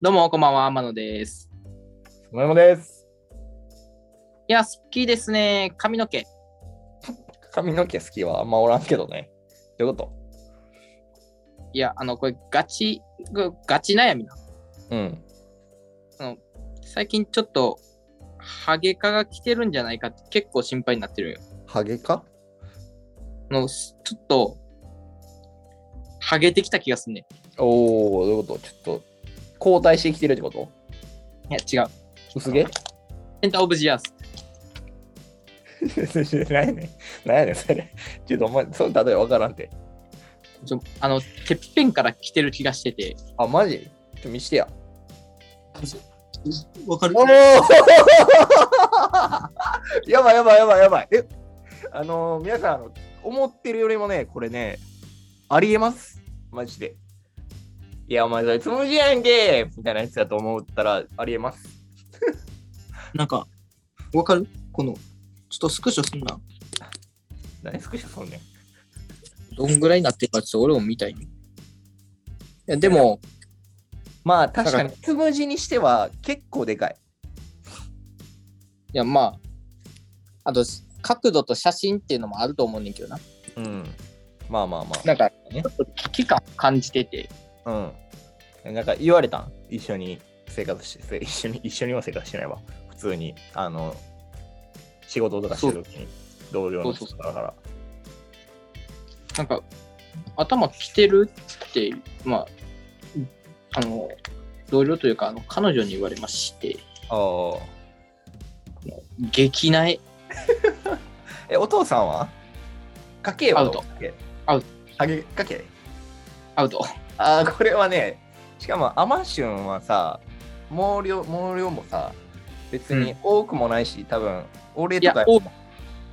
どうも、こんばんは、天野です。もやもです。いや、好きですね。髪の毛。髪の毛好きはあんまおらんけどね。どういうこいや、あの、これ、ガチ、ぐガチ悩みな。とうん。最近ちょっと、ハゲ化が来てるんじゃないかって結構心配になってるよ。ハゲかあの、すちょっと、ハゲてきた気がすんね。おおどういうことちょっと、交代してきてるってこといや、違う。薄毛エンターオブジーアース。 何やねん。何やねん、それ。ちょっとお前、その例えわからんて。ちょあの、てっぺんから来てる気がしてて。あ、マジちょっと見してや。わかるおお やばいやばいやばいやばい。え、あのー皆さんあの、思ってるよりもね、これね、ありえます。マジで。いや、お前それつむじやんけみたいなやつだと思ったら、ありえます。なんか、わかるこの、ちょっとスクショすんな。何スクショそんねん。どんぐらいになってるか、ちょっと俺も見たい、いや、でも、まあ、確かに、つむじにしては結構でかい。いや、まあ、あと、角度と写真っていうのもあると思うねんけどな。うん。まあまあまなんか、ちょねっと危機感を感じてて、あ。うん。なんか言われたん一緒に生活してせ、一緒に、一緒には生活してないわ。普通に、あの、仕事とかしてる時に、同僚の人からから。なんか、頭きてるって、まあ、あの、同僚というか、あの彼女に言われまして、あ激なえ、あ。え、お父さんは家計はアウト。アウト。ハゲ家計アウト。ああ、これはね、しかも、アマシュンはさ、毛量、毛量もさ、別に多くもないし、多分、俺いとやか、多い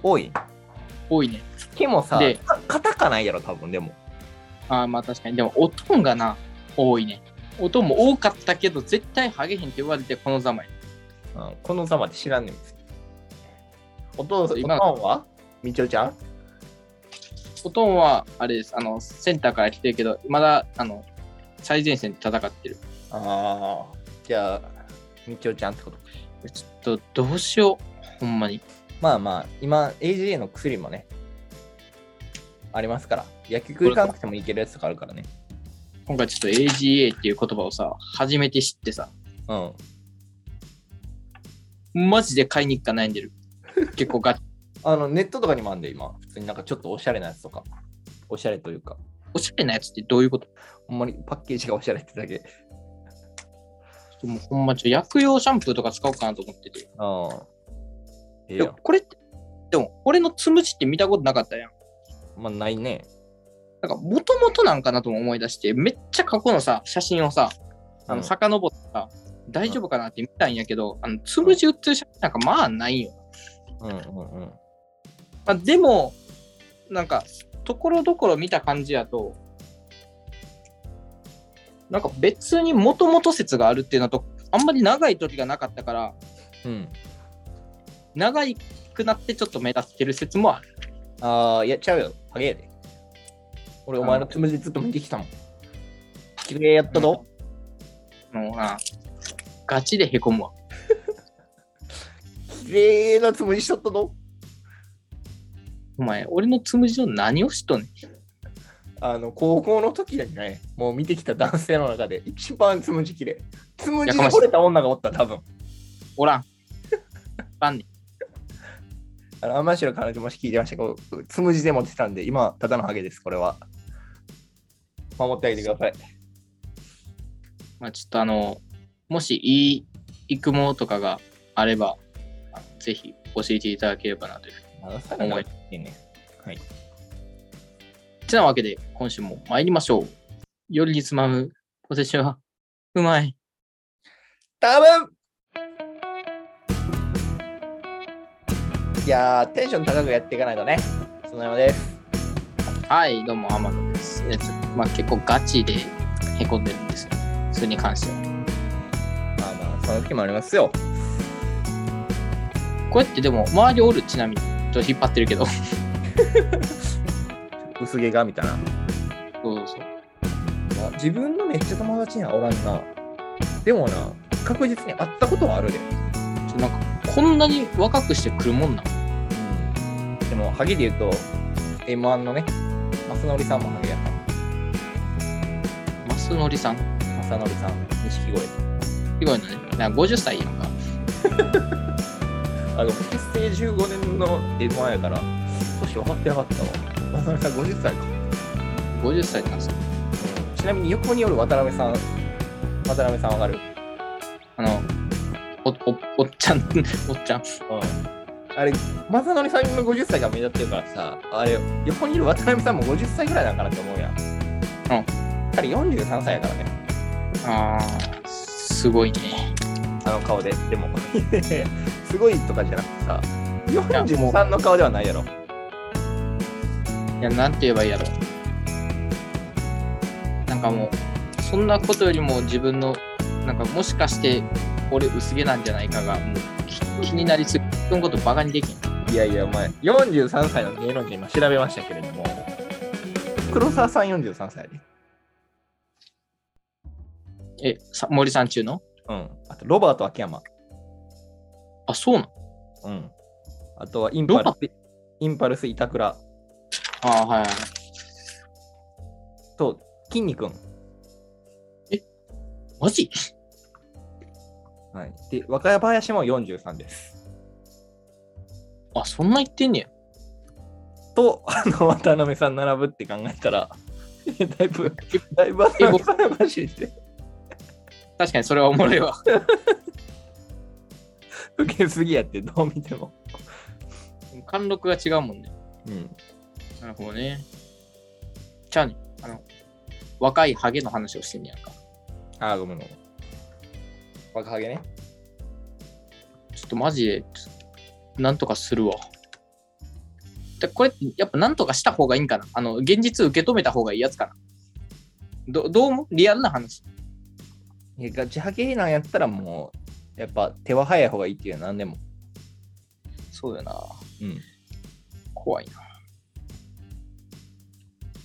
多い。多いね。毛もさで、か硬かないやろ、多分、でも。あーまあ確かに。でも、おとんがな、多いね。おとんも多かったけど、絶対ハゲへんって言われて、このざまや。うん、このざまで知らんねん。お父さん、今今はみちおちゃんおとんは、あれです、あの、センターから来てるけど、まだ、あの、最前線で戦ってる。ああ。じゃあ、みちおちゃんってことちょっとどうしよう、ほんまに。まあまあ、今、AGA の薬もね、ありますから、薬局行かなくてもいけるやつとかあるからね。今回ちょっと AGA っていう言葉をさ、初めて知ってさ、うん。マジで買いに行くか悩んでる。結構ガチ。 あの、ネットとかにもあんで、今。普通になんかちょっとおしゃれなやつとか。おしゃれというか、おしゃれなやつってどういうことほんまにパッケージがおしゃれってだけ。ちょっともうほんまちょっと薬用シャンプーとか使おうかなと思ってて。うん。ええいやや、ん。これって、でも俺のつむじって見たことなかったやん。まあ、ないね。なんかもともとなんかなとも思い出して、めっちゃ過去のさ、写真をさ、あうの、ん遡ってさ、大丈夫かなって見たんやけど、あの、つむじ写る写真なんかまあないよ。うんうんうん。まあ、でも、なんか、ところどころ見た感じやと、なんか別にもともと説があるっていうのと、あんまり長い時がなかったから、うん。長くなってちょっと目立ってる説もある。ああ、いや、ちゃうよ。ハゲやで。俺、お前のつむじずっと見てきたもん。綺麗やったぞ。もうな、ガチでへこむわ。綺麗なつむじしとったぞ。お前、俺のつむじの何をしとんねん。あの、高校の時だね。もう見てきた男性の中で一番つむじ綺麗。つむじで惚れた女がおった、多分。おらん。 あんねん。あの、天城彼女もし聞いてましたけど、つむじで持ってたんで、今、ただのハゲです、これは。守ってあげてください。まあ、ちょっとあの、もしいい育毛とかがあれば、あのぜひ教えていただければなという。長さ長いいね。はい。てなわけで、今週も参りましょう。夜につまむ、ポセッションは、うまい。多分いやー、テンション高くやっていかないとね。その山です。はい、どうも、天野です。えっとまあ、結構ガチでへこんでるんですよ。それに関しては。まあまあ、その時もありますよ。こうやってでも、周りおる、ちなみに。ちょっと引っ張ってるけど。そ薄毛がみたいな。うそうそう。自分のめっちゃ友達にはおらんな。でもな、確実に会ったことはあるで。なんか、こんなに若くしてくるもんなのでも、ハゲで言うと、M1 のね、マスノリさんもハゲやな。マスノリさんマサノリさん、錦鯉。すごいのね。なんか50歳やんか。あの、結成15年の M1 やから、少し分かってなかったわ。マサノリさん50歳か。 50歳なんですよ。ちなみに横におる渡辺さん、渡辺さんわかるあの、お、お、おっちゃん、 おっちゃん。あれ、マサノリさんの50歳が目立ってるからさ、あれ、横にいる渡辺さんも50歳ぐらいなんかなって思うやん。ん彼43歳やからね、あー、すごいね。あの顔で。でも、 すごいとかじゃなくてさ、43の顔ではないやろ。いや、なんて言えばいいやろ。なんかもう、そんなことよりも自分の、なんかもしかして、俺薄毛なんじゃないかが、もう気気になりすぎ、自分のことバカにできん。いやいや、お前、43歳の芸能人、今調べましたけれども、黒沢さん43歳やで。え、さ森さん中のうん。あと、ロバート秋山。あ、そうなのうん。あとは、インパロバルス、インパルス板倉あーはいはい。と、筋肉君。マジはい。で、若林も43です。あ、そんな言ってんねや。と、あの、渡辺さん並ぶって考えたら、 だいぶ、だいぶ、え僕渡辺さんマジで、確かにそれはおもろいわ。受けすぎやって、どう見ても。貫禄が違うもんね。うん。なるほどね。ちゃうねん。あの、若いハゲの話をしてんねやんか。あー、ごめんごめん。若ハゲね。ちょっとマジで、なんとかするわ。でこれ、やっぱなんとかした方がいいんかなあの、現実受け止めた方がいいやつかなどどうもリアルな話。いや、ガチハゲなんやったらもう、やっぱ手は早い方がいいっていうのは何でも。そうだな。うん。怖いな。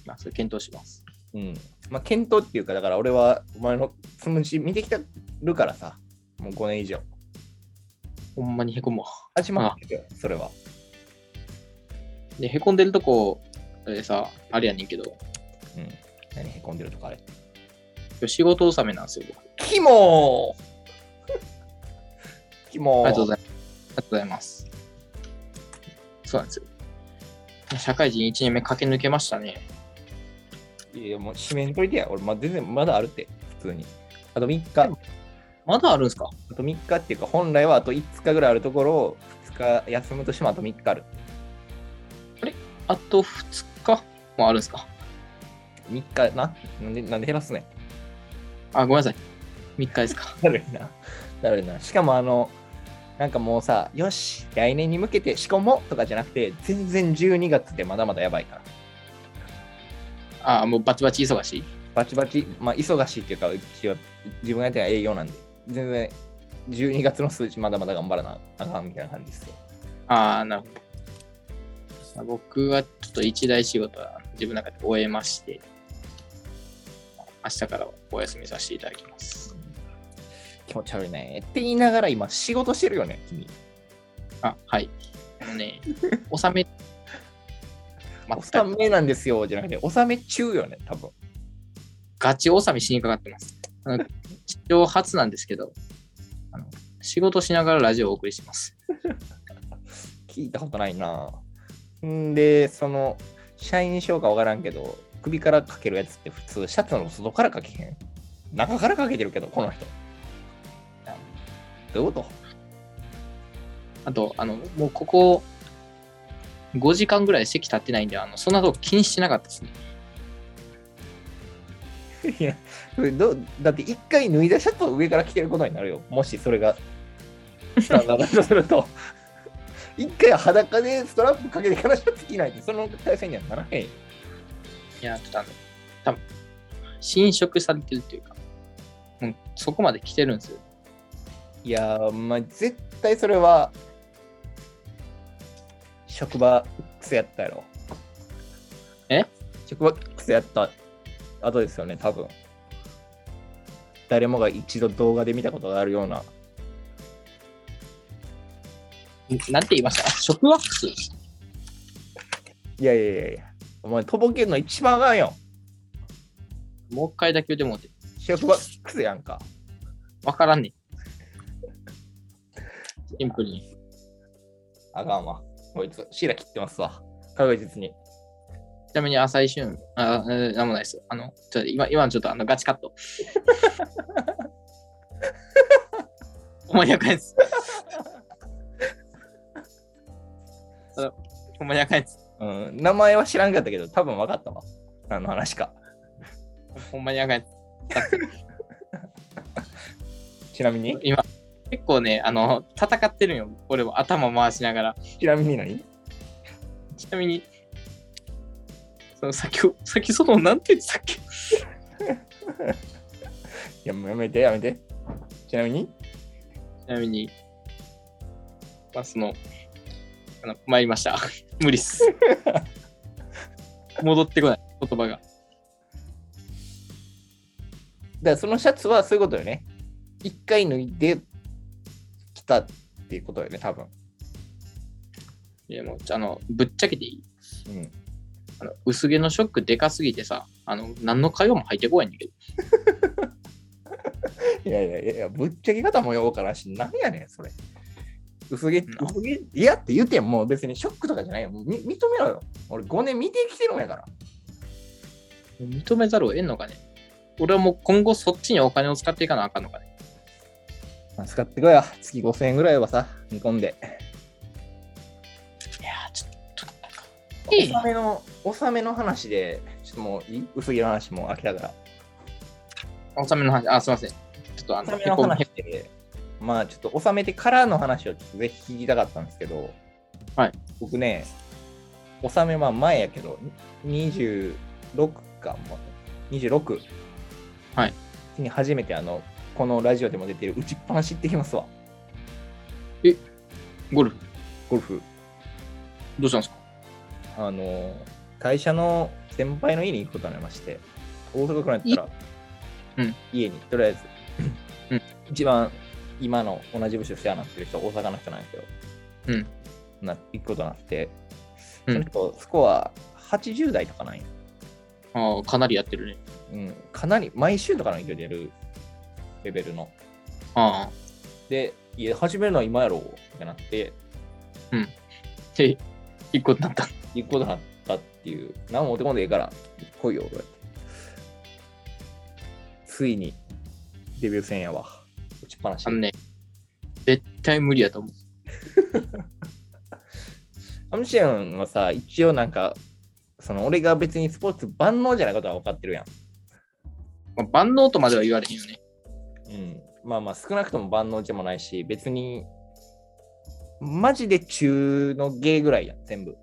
まあ、それ検討します。うん。まあ、検討っていうか、だから俺は、お前のつむじ見てきてるからさ、もう5年以上。ほんまにへこむわ。始まってるよ、それは。で、へこんでるとこ、えさ、あれやねんけど、うん。何へこんでるとかあれ。今日仕事納めなんですよ、僕。キモ ーキモーありがとうございます。ありがとうございます。そうなんですよ。社会人1年目駆け抜けましたね。いやいや、もう締めんといてや。俺、まあ、全然まだあるって、普通に。あと3日、まだあるんすかあと3日っていうか、本来はあと5日ぐらいあるところを、2日休むとしてもあと3日ある。あと2日もあるんすか3日な、なんで、なんで減らすねんあ、ごめんなさい。3日ですか。 だるいな。だるいな。しかもあの、なんかもうさ、よし、来年に向けて仕込もうとかじゃなくて、全然12月でまだまだやばいから。あ、もうバチバチ忙しい。バチバチ、まあ、忙しいっていうか、うちは自分がやってるのは営業なんで、全然12月の数値まだまだ頑張らなあかんみたいな感じですよ。あー、なるほど。僕はちょっと一大仕事は自分の中で終えまして、明日からはお休みさせていただきます。気持ち悪いね。って言いながら今仕事してるよね、君。あ、はい。あのね、納め、まおさめなんですよ、じゃなくて、おさめ中よね、多分。ガチ納めしにかかってます。あの史上初なんですけどあの、仕事しながらラジオをお送りします。聞いたことないな。んで、その、社員証かわからんけど、首からかけるやつって普通、シャツの外からかけへん。中からかけてるけど、この人。どういうことあと、あの、もうここ5時間ぐらい席立ってないんで、あのそんなとこ気にしてなかったですね。 いや、それどうだって一回脱いだシャツを上から着てることになるよ。もしそれが、スタンダードだとすると。一回裸でストラップかけてからシャツ着ないと、その体勢にはならへんよ。いや、ちょっとあの、多分侵食されてるっていうか、うん、そこまで来てるんですよ。いやー、まあ、絶対それは、職場癖やったやろ。え職場癖やった後ですよね、多分。誰もが一度動画で見たことがあるような。なんて言いました食ワックスいやいやいやいや、お前、とぼけんの一番あかんよ。もう一回だけ言ってもうて。シェフバックスやんか。わからんねん。シンプルに。あかんわ。こいつ、シイラ切ってますわ。確実に。ちなみに浅井俊、あ、うんなんもないです。あの、ちょっと今、今のちょっとあのガチカット。ほんまにあかんやつ。あのほんまにあかんやつ。うん、名前は知らんかったけど、多分分かったわ。何の話か。ほんまにあかんやつ。ちなみに今、結構ね、あの、戦ってるんよ。俺も頭回しながら。ちなみに何ちなみに、その先を、先その、なんて言ってたっけいや、もうやめて、やめて。ちなみにちなみに、まあ、その、あの、参りました。 無理っす。戻ってこない、言葉が。だからそのシャツはそういうことよね。一回脱いできたっていうことよね、多分。いや、もう、あの、ぶっちゃけていいうん。あの薄毛のショックでかすぎてさ、あの、何の会話も入ってこないんだけど。いやいやいやいや、ぶっちゃけ方もようからんし、なんやねん、それ。薄毛、な薄毛、いやって言うてんもう別にショックとかじゃないよ。もうみ認めろよ。俺5年見てきてるんやから。認めざるを得んのかね。俺はもう今後そっちにお金を使っていかなあかんのかね。まあ使ってこいよ。月5000円ぐらいはさ、見込ん で。いやー、ちょっと。いい納めの、納めの話で、ちょっともういい薄毛の話もう飽きたから。納めの話、あ、すいません。ちょっとあの、納め結の婚話で、まあちょっと納めてからの話をちょっとぜひ聞きたかったんですけど、はい。僕ね、納めは前やけど、26か、もう26。はい。に初めてあの、このラジオでも出てる打ちっぱなし行ってきますわ。ゴルフ、ゴルフ。どうしたんですかあの、会社の先輩の家に行くことになりまして、大阪からやったら、うん家に、とりあえず、うん一番今の同じ部署シェアなってる人、大阪の人なんやけど、うんな行くことになって、うそんの人、スコア80代とかなんや。ああ、かなりやってるね。うん、かなり、毎週とかの勢いでやるレベルの。ああ。で、いや、始めるのは今やろうってなって、で、一個になった。行くことになったっていう、何も持ってこんでええから、来いよ、こうやって。ついに、デビュー戦やわ。打ちっぱなしあ。のね、絶対無理やと思う。アムシアンはさ、一応なんか、その俺が別にスポーツ万能じゃないことは分かってるやん。まあ、万能とまでは言われへんよね。うん。まあまあ、少なくとも万能でもないし、別に、マジで中の芸ぐらいやん、全部。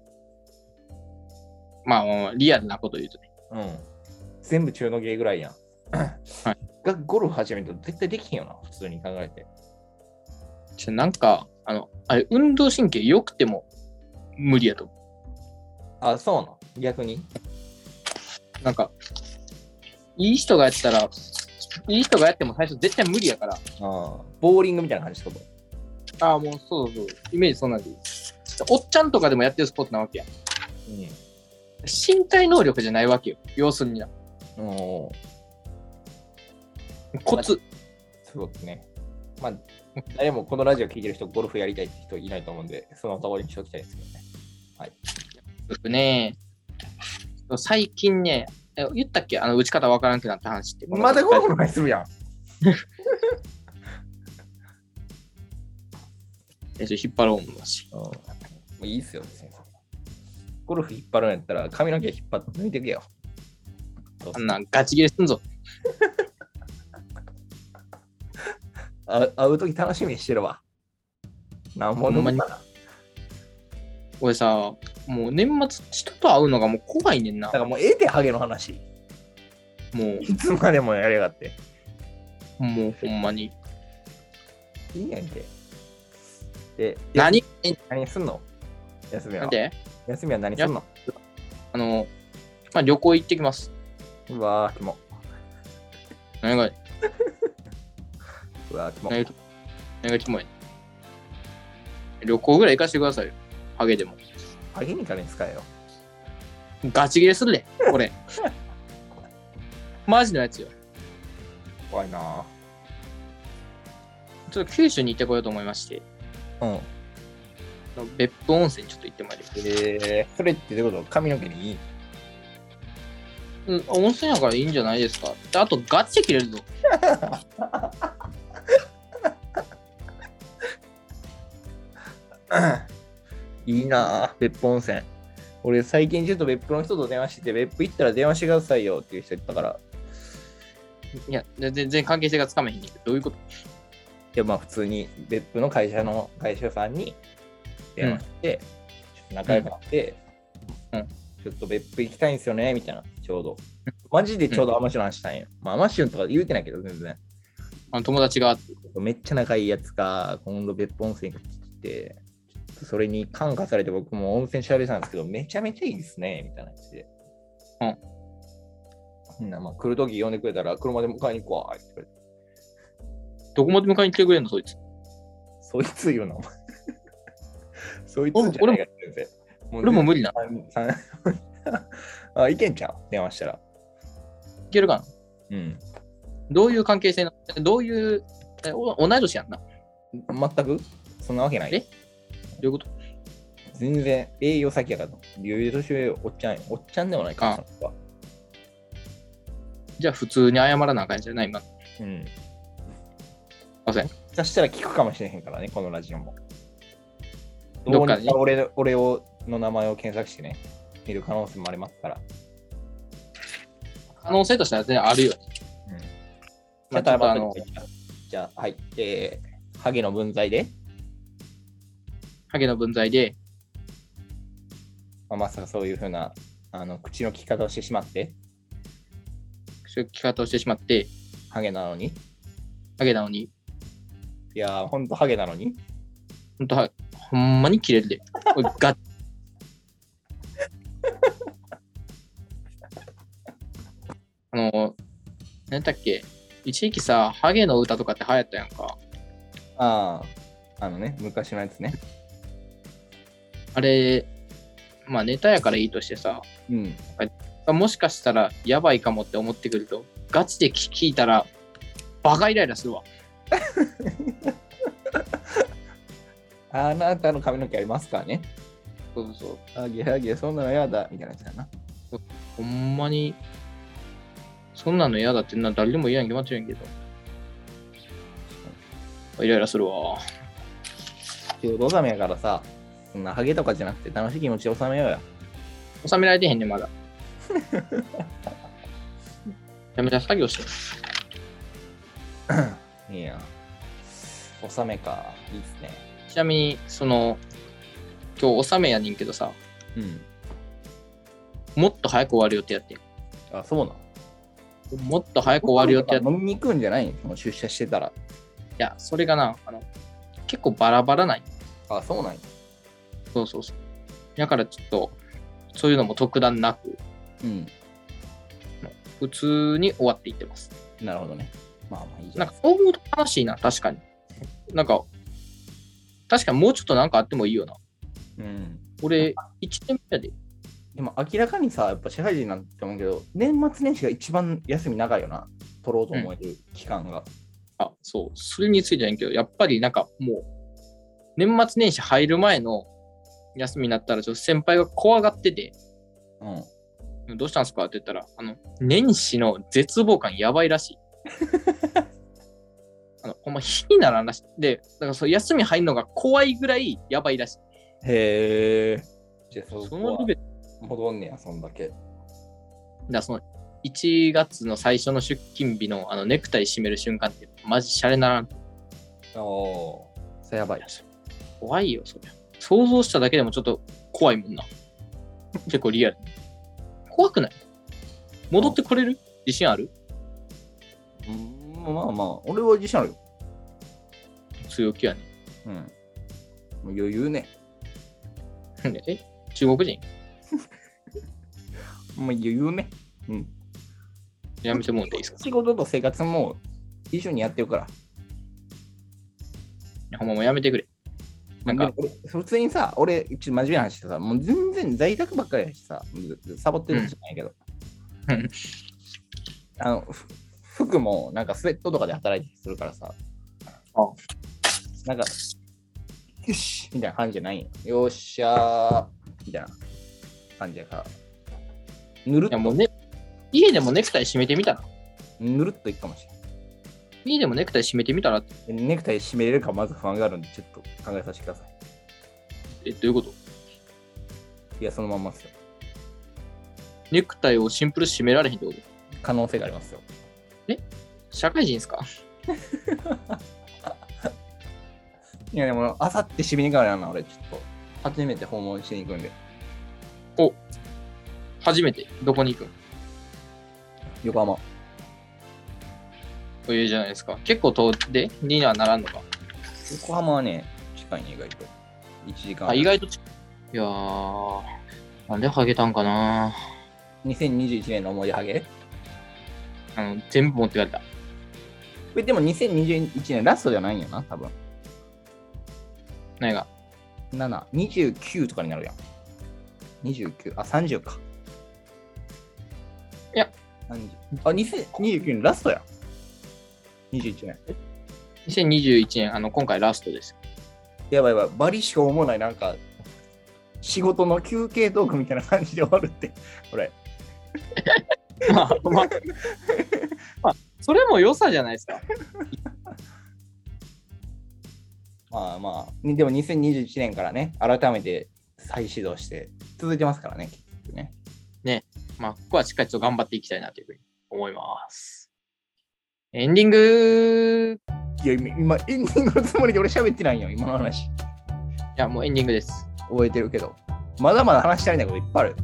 まあまあまあ、リアルなこと言うとね。うん。全部中の芸ぐらいやん。はい がゴルフ始めると絶対できへんよな、普通に考えて。ちょなんか、あの、あれ、運動神経良くても無理やと思あ、そうなん。逆に。う。なんか、いい人がやったら、いい人がやっても最初絶対無理やから。ああボーリングみたいな感じってことああ、もうそうそうそう。イメージそんなんでいい。おっちゃんとかでもやってるスポーツなわけや。う身体能力じゃないわけよ。要するにな。ん。おーコツ。そういうことね。まあ、誰もこのラジオ聞いてる人、ゴルフやりたいって人いないと思うんで、そのところにしておきたいですけどね。僕ね、最近ね、え言ったっけあの打ち方わからんくなった話って。の話するやん。えちょ引っ張ろう思うし。もういいっすよ、別に。ゴルフ引っ張るんやったら、髪の毛引っ張って抜いてけよ。あんなんガチ切れすんぞ。あ会うとき楽しみにしてるわ。なんぼ飲むかな。俺さ、もう年末人と会うのがもう怖いねんなだか。らもうええて、ハゲの話。もいつまでもやりやがって。う、もうほんまに。いいやんけ。で、何え何すんの休みなはん。で休みは何すんのあの、まあ、旅行行ってきます。うわー、キモ。何がうわ、キモ何が何がキモいの旅行ぐらい行かせてくださいよ。ハゲでも。ハゲに金使えよ。ガチ切れするで、これ。 マジのやつよ。怖いなちょっと九州に行ってこようと思いまして、うん。へ別府温泉ちょっと行ってまいりまえー、それってどういうこと髪の毛にいいす。うん、温泉やからいいんじゃないですか。であと、ガチで切れるぞ。 いいなあ別府温泉。俺、最近ちょっと別府の人と電話してて、別府行ったら電話してくださいよっていう人いったから、いや、で全然関係性がつかめへんねんけど、どういうこといや、まあ、普通に別府の会社の会社さんに電話して、ちょっと仲良くなって、うんうんちょっと別府行きたいんですよね、みたいな、ちょうど。マジでちょうどアマシュンの話したんよ。まあ、アマシュンとか言うてないけど、全然。あの友達が、めっちゃ仲いいやつが今度別府温泉に来て、ちょっとそれに感化されて僕も温泉調べたんですけど、めちゃめちゃいいですね、みたいな感じで。うん。ほんならまあ来るとき呼んでくれたら車で迎えに行くわ、って言われて。どこまで迎えに来てくれんの、そいつ。そいつ言うな、お前。 そいつじゃないか、全然。も俺も無理な。さんあ、いけん ちゃう電話したら。いけるかなうん。どういう関係性なのどういう、えお同い年やんな。ど全くそんなわけない。えういうこと全然栄養先やから、余裕年上おっちゃんや、おっちゃんでもないかあら、その子はじゃあ、普通に謝らなあかんじゃない今。うん。あそうやそしたら聞くかもしれへんからね、このラジオも。どっかでねどうに俺の俺をの名前を検索してね、見る可能性もありますから。可能性としては全然あるよ。うん。まあちょじゃあ、っとあまのたじゃあ、はい。えー、ハゲの分際で、ハゲの分際で、まあ、まさかそういうふうなあの口の利き方をしてしまって、そういう聞き方をしてしまって、ハゲなのに。ハゲなのに、いやー、ほんとハゲなのに。ほんとは、ほんまに切れるで。これガッ あの、なんだっけ、一時期さ、ハゲの歌とかって流行ったやんか。ああ、あのね、昔のやつね。あれ、まあネタやからいいとしてさ、うん。もしかしたらやばいかもって思ってくると、ガチで聞聞いたら、バカイライラするわ。あなたの髪の毛ありますかね。そうそうそう。ハゲハゲ、そんなのやだ、みたいなやつだな。ほんまに、そんなの嫌だってな、誰でも嫌に決まってるんやけど。イライラするわ。ちょうど納めやからさ、そんなハゲとかじゃなくて楽しい気持ち納めようや。収められてへんねんま だ。やめた作業してる。いいやん。納めか。いいっすね。ちなみに、その、今日収めやねんけどさ、うん。もっと早く終わる予定やってあ、そうなの。ん。もっと早く終わる予定やってん。い飲みに行くんじゃないその出社してたら。や、それがな、あの、結構バラバラない。あ、そうなんや。そうそうそう。だからちょっと、そういうのも特段なく、うん。普通に終わっていってます。なるほどね。まあまあいいじなゃ。んんかそう思うと悲しいな、確かに。なんか、確かにもうちょっとなんかあってもいいよな。うん。俺、1年目やで。でも明らかにさ、やっぱ社会人なんて思うけど、年末年始が一番休み長いよな。取ろうと思える期間が。あ、そう、それについてないけど、やっぱりなんかもう、年末年始入る前の休みになったら、ちょっと先輩が怖がってて、うん。どうしたんすかって言ったら、あの、年始の絶望感やばいらしい。あの、ほんま、日にならんらしい。で、だからそう休み入るのが怖いぐらいやばいらしい。へえ。じゃあそそこのレはベル戻んねや、そんだけ。だからその1月の最初の出勤日のあのネクタイ締める瞬間ってマジシャレならんおお。それやばい。怖いよそれ想像しただけでもちょっと怖いもんな結構リアル怖くない戻ってこれる自信あるうん、まあまあ、俺は自信あるよ。強気やねうん。もう余裕ね。 え中国人まあ余裕ね。うん。やめてもうんでいいですか仕事と生活も一緒にやってるから。やほんまもうやめてくれ。なんか、でも俺普通にさ、俺、ちょっと真面目な話してさ、もう全然在宅ばっかりやしさ、サボってるんじゃないけど。うんあの、ふ服もなんかスウェットとかで働いてたりするからさ。あなんか、よしみたいな感じじゃないんよ。よっしゃーみたいな感じやから。ぬるっいやと、もうね、家でもネクタイ締めてみたら。ぬるっといくかもしれない家でもネクタイ締めてみたらって、でネクタイ締めれるかまず不安があるんで、ちょっと考えさせてください。えどういうこといや、そのまんまっすよ。ネクタイをシンプル締められへんってこと可能性がありますよ。社会人ですかいやでも、あさって締めに行かないな、俺、ちょっと。初めて訪問しに行くんで、初めてどこに行くん横浜。というじゃないですか。結構遠出にはならんのか。横浜はね、近いね、意外と。1時間。あ意外と近い。いやー、なんでハゲたんかな2021年の思い出ハゲあの全部持ってかれた。これでも2021年ラストじゃないんやな、多分。何が7、29とかになるやん。29、あ、30か。いや。 30あ、2029年ラストやん。21年。 2021年、あの今回ラストです。やばいやばい、バリしか思わない、なんか、仕事の休憩トークみたいな感じで終わるって、これ。 まあ、まあ、まあそれも良さじゃないですか。まあまあ、にでも2021年からね、改めて再始動して、続いてますからね、結局ね。まあ、ここはしっかりと頑張っていきたいなというふうに思います。エンディングいや、今、エンディングのつもりで俺喋ってないよ、今の話。いや、もうエンディングです。覚えてるけど。まだまだ話したいなこといっぱいある。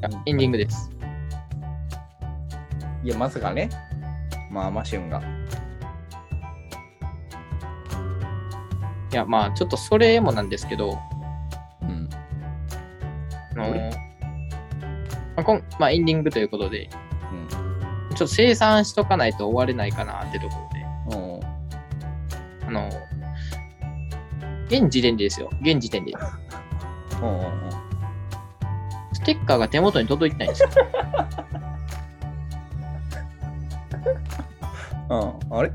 いやエンディングです。いや、まさかね、まあ、マシュンが。いや、まあ、ちょっとそれもなんですけど、うん。あのーまあこんまあ、エンディングということで、うんちょっと生産しとかないと終われないかなってところで、うん。あのー現時点でですよ、現時点で。うんうんうん。ステッカーが手元に届いてないんですよ。うん。あれ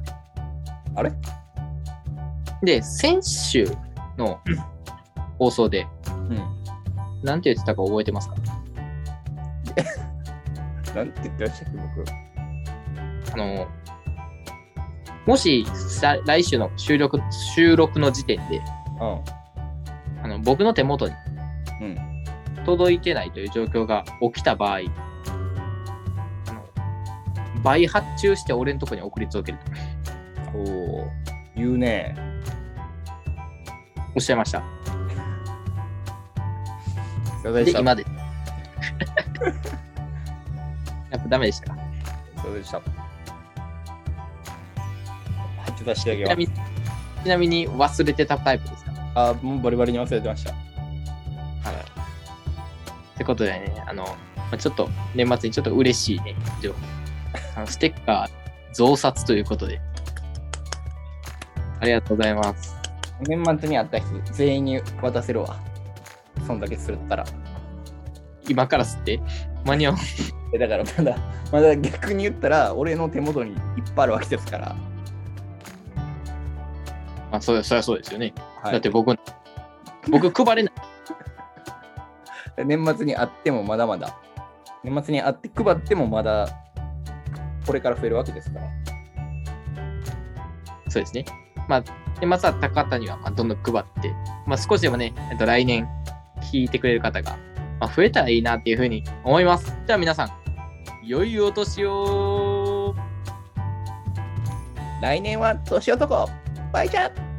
あれで、先週の放送で、うん。なんて言ってたか覚えてますかなんて言ってらっしゃる僕。あのーもしさ来週の収録収録の時点であの僕の手元にうん。うん。届いてないという状況が起きた場合、あの倍発注して俺のとこに送り届けるとおお言うねおっしゃいました。おで、疲れ様した今で。 やっぱダメでしたか。お疲れ様でした発注させてあげちなようみに、ちなみに忘れてたタイプですかあもうバリバリに忘れてましたってことでね、あの、まあ、ちょっと年末にちょっと嬉しいね、情 報あのステッカー増刷ということで。ありがとうございます。年末に会った人全員に渡せるわそんだけするったら今から吸って、間に合う。えだからまだまだ逆に言ったら俺の手元にいっぱいあるわけですから、まあ、そりゃそりゃそうですよね。はいだって僕、僕配れない。年末に会ってもまだまだ年末に会って配ってもまだこれから増えるわけですからそうですね。まあ、で、まずは高畑には、まあ、どんどん配って、まあ、少しでもね、えっと、来年、聞いてくれる方が、まあ、増えたらいいなっていうふうに思います。では皆さん、良いお年を来年は年男バイチャー